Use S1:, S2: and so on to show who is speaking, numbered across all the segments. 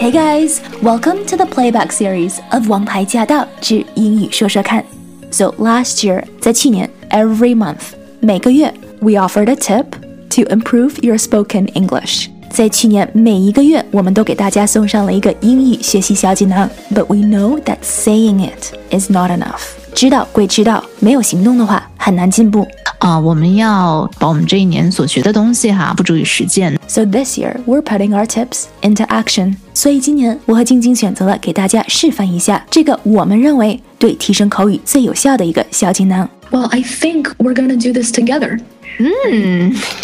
S1: Hey guys, welcome to the playback series of《王牌驾到之英语说说看》. So last year, 在去年，every month 每个月，we offered a tip to improve your spoken English. 在去年每一个月，我们都给大家送上了一个英语学习小锦囊。But we know that saying it is not enough. 知道归知道，没有行动的话，很难进步。
S2: 啊、我们要把我们这一年所学的东西哈，付诸于实践。
S1: So this year, we're putting our tips into action. 所以今年我和晶晶选择了给大家示范一下这个我们认为对提升口语最有效的一个小锦囊。
S3: Well, I think we're gonna do this together.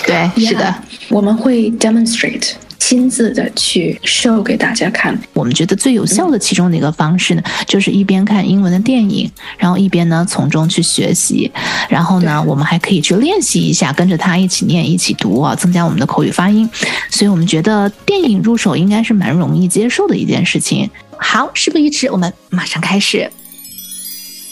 S2: 对，是的，
S3: 我们会 demonstrate 亲自的去 show 给大家看。
S2: 我们觉得最有效的其中的一个方式呢，就是一边看英文的电影，然后一边呢从中去学习，然后呢，我们还可以去练习一下，跟着他一起念、一起读啊，增加我们的口语发音。所以我们觉得电影入手应该是蛮容易接受的一件事情。好，事不宜迟，我们马上开始。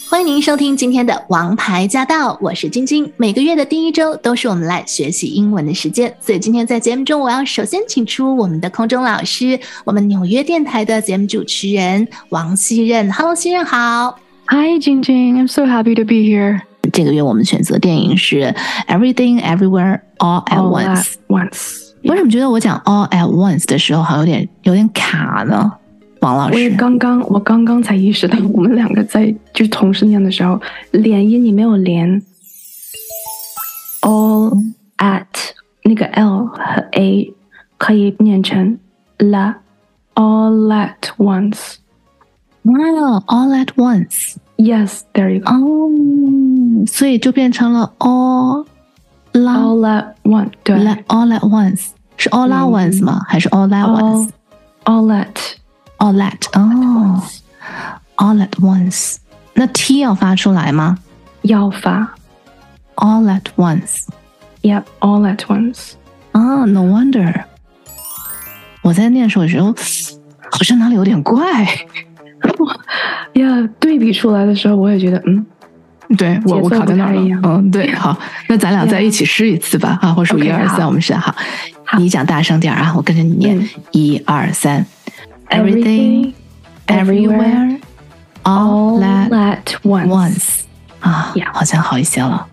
S2: 欢迎您收听今天的《王牌驾到》，我是晶晶。每个月的第一周都是我们来学习英文的时间，所以今天在节目中，我要首先请出我们的空中老师，我们纽约电台的节目主持人王熙任。Hello，熙任好。
S4: Hi, Jing Jing. I'm so happy to be here.
S2: 这个月我们选择电影是《Everything Everywhere All at
S4: All
S2: Once》。
S4: at once.
S2: 我怎么觉得我讲 all at once 的时候好像有点有点卡呢？王老
S4: 我也
S2: 师，
S4: 刚刚，我刚刚才意识到，我们两个在就是同时念的时候，连音你没有连。All at 那个 L 和 A 可以念成 la。All at once.
S2: 哇、a l l at once，
S4: Yes, there you go.
S2: 哦、所以就变成了 all 啦
S4: All at once. 对
S2: all Uh-huh. at, all at once，是 all at
S4: 嗯
S2: once 吗？还是 all at
S4: ，all all at
S2: once？all at 哦，all at once，那 t 要发出来吗
S4: 要发。
S2: ？all at once。
S4: Yep, all at once.
S2: 啊，no wonder。我在念的时候，有时候好像哪里有点怪。
S4: Yeah，对比出来的时候，我也觉得嗯。
S5: 对我，
S4: 节
S5: 我
S4: 奏
S5: 卡
S4: 不
S5: 在哪
S4: 太
S5: 儿
S4: 一
S5: 了
S4: 样？
S5: 嗯，对，好，那咱俩
S4: 对啊
S5: 再一起试一次吧。啊，我数
S4: OK，
S5: 一二
S4: 好
S5: 三，我们试好。
S4: 好
S2: 你讲大声点儿啊，我跟着你念
S4: 嗯，
S2: 一二三
S4: Everything,
S2: everywhere, all
S4: all
S2: at
S4: at once.
S2: once 啊
S4: Yeah
S2: 好像好一些了。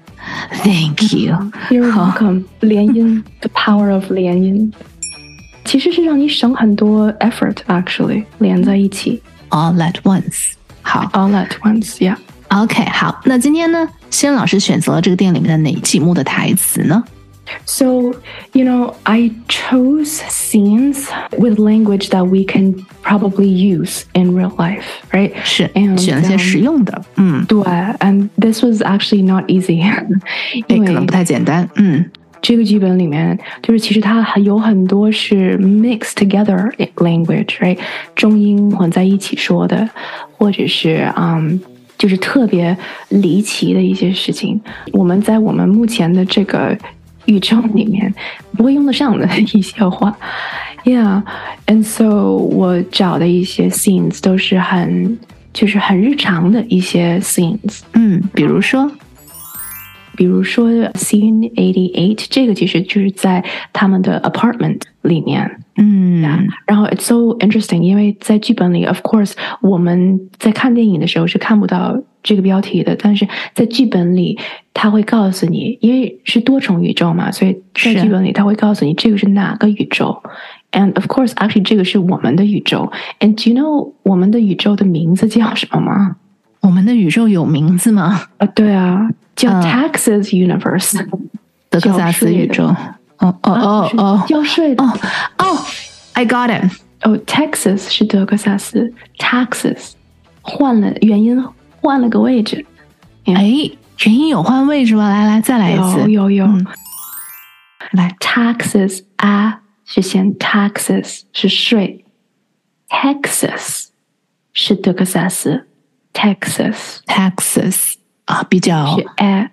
S2: Thank you，
S4: You're
S2: 好
S4: welcome. 连音，the power of 连音，其实是让你省很多 effort. Actually，连在一起
S2: all at once。好
S4: ，all at once. Yeah.
S2: ，OK，好，那今天呢，先老师选择了这个电影里面的哪几幕的台词呢？
S4: So, you know, I chose scenes with language that we can probably use in real life, right?
S2: 是
S4: And,
S2: 选了些
S4: um,
S2: 实用的，嗯，
S4: 对，and this was actually not easy，
S2: 哎，
S4: 因
S2: 可能
S4: 为
S2: 不太简单，嗯，
S4: 这个剧本里面，就是其实它很有很多是 mixed together language，right？中英混在一起说的，或者是嗯。就是特别离奇的一些事情，我们在我们目前的这个宇宙里面不会用得上的 一些话，Yeah，and so 我找的一些 scenes 都是很就是很日常的一些 scenes，
S2: 嗯，比如说，
S4: 比如说 Scene Eighty Eight，这个其实就是在他们的 apartment 里面。
S2: 嗯，
S4: 然后 It's so interesting，因为在剧本里，of course，我们在看电影的时候是看不到这个标题的，但是在剧本里他会告诉你，因为是多重宇宙嘛，所以在
S2: 是
S4: 剧本里他会告诉你这个是哪个宇宙。And of course, actually，这个是我们的宇宙。And do you know 我们的宇宙的名字叫什么吗？
S2: 我们的宇宙有名字吗？
S4: 啊，对啊，叫
S2: 嗯
S4: Taxes Universe。
S2: 德克萨斯宇宙，哦哦哦哦
S4: 交税啊的
S2: 哦哦，I got it，
S4: 哦，Texas 是德克萨斯，Texas 换了原因换了个位置，
S2: 哎，原因有换位置吗？来来，再来一
S4: 有
S2: 次，
S4: 有有、
S2: 嗯来
S4: Taxes 啊是先 Taxes 是税，Texas 是德克萨斯，Texas
S2: ，Texas 啊，比较
S4: 是 a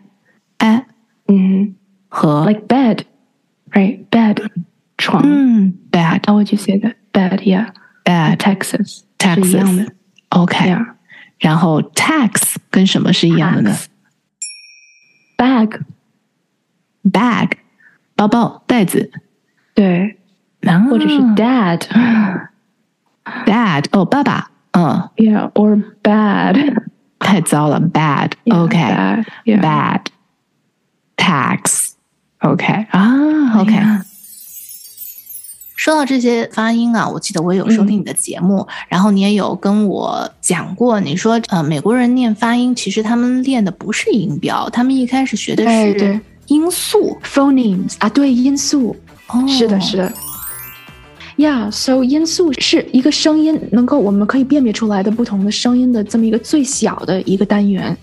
S2: 哎
S4: 嗯
S2: 和
S4: ，like bed right bed 床、
S2: 嗯 bad
S4: how would you say that bed yeah
S2: bad
S4: Texas 是一样
S2: Texas
S4: 的
S2: OK，
S4: yeah
S2: 然后 tax 跟什么是一样的呢
S4: Tax bag
S2: ？bag 包包、袋子，
S4: 对，
S2: 啊、
S4: 或者是 dad，
S2: dad 哦，爸爸，嗯，
S4: Yeah, or bad.
S2: 太糟了，bad。
S4: Yeah,
S2: OK，
S4: bad, yeah.
S2: bad tax。OK 啊，OK。说到这些发音啊，我记得我有收听你的节目，
S4: 嗯
S2: 然后你也有跟我讲过，你说呃，美国人念发音，其实他们练的不是音标，他们一开始学的
S4: 哎对
S2: 是音素。
S4: Phonemes 啊，对，音素，
S2: 哦，
S4: 是的，是的。Yeah, so 音素是一个声音能够我们可以辨别出来的不同的声音的这么一个最小的一个单元，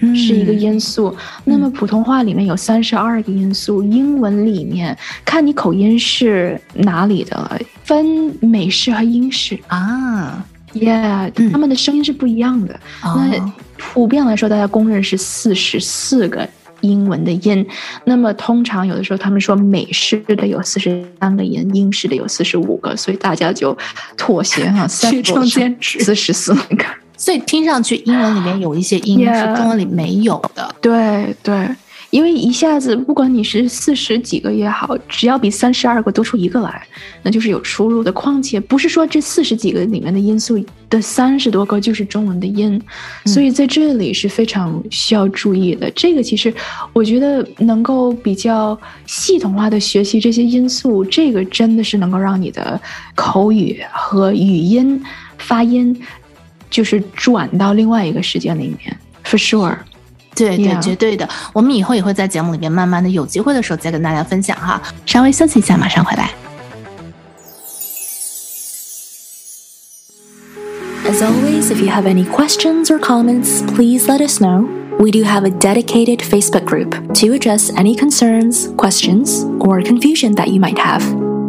S2: 嗯
S4: 是一个音素。那么普通话里面有三十二个音素，英文里面看你口音是哪里的了，分美式和英式。
S2: 啊。
S4: Yeah，、
S2: 嗯
S4: 他们的声音是不一样的。那
S2: 哦，
S4: 普遍来说，大家公认是四十四个英文的音。那么通常有的时候他们说美式的有四十三个音，英式的有四十五个，所以大家就妥协啊，
S2: 去中间值
S4: 四十四个。
S2: 所以听上去英文里面有一些音
S4: Yeah
S2: 是中文里没有的。
S4: 对对，因为一下子不管你是四十几个 也好，只要比三十二个多出一个来，那就是有出入的。况且不是说这四十几个里面的因素的三十多个就是中文的音，所以在这里是非常需要注意的。这个其实我觉得能够比较系统化的学习这些因素，这个真的是能够让你的口语和语音发音就是转到另外一个时间里面，for sure。
S2: 对对
S4: Yeah
S2: 绝对的。我们以后也会在节目里面慢慢的有机会的时候再跟大家分享哈。稍微休息一下，马上回来。
S1: As always, if you have any questions or comments, please let us know. We do have a dedicated Facebook group to address any concerns, questions, or confusion that you might have.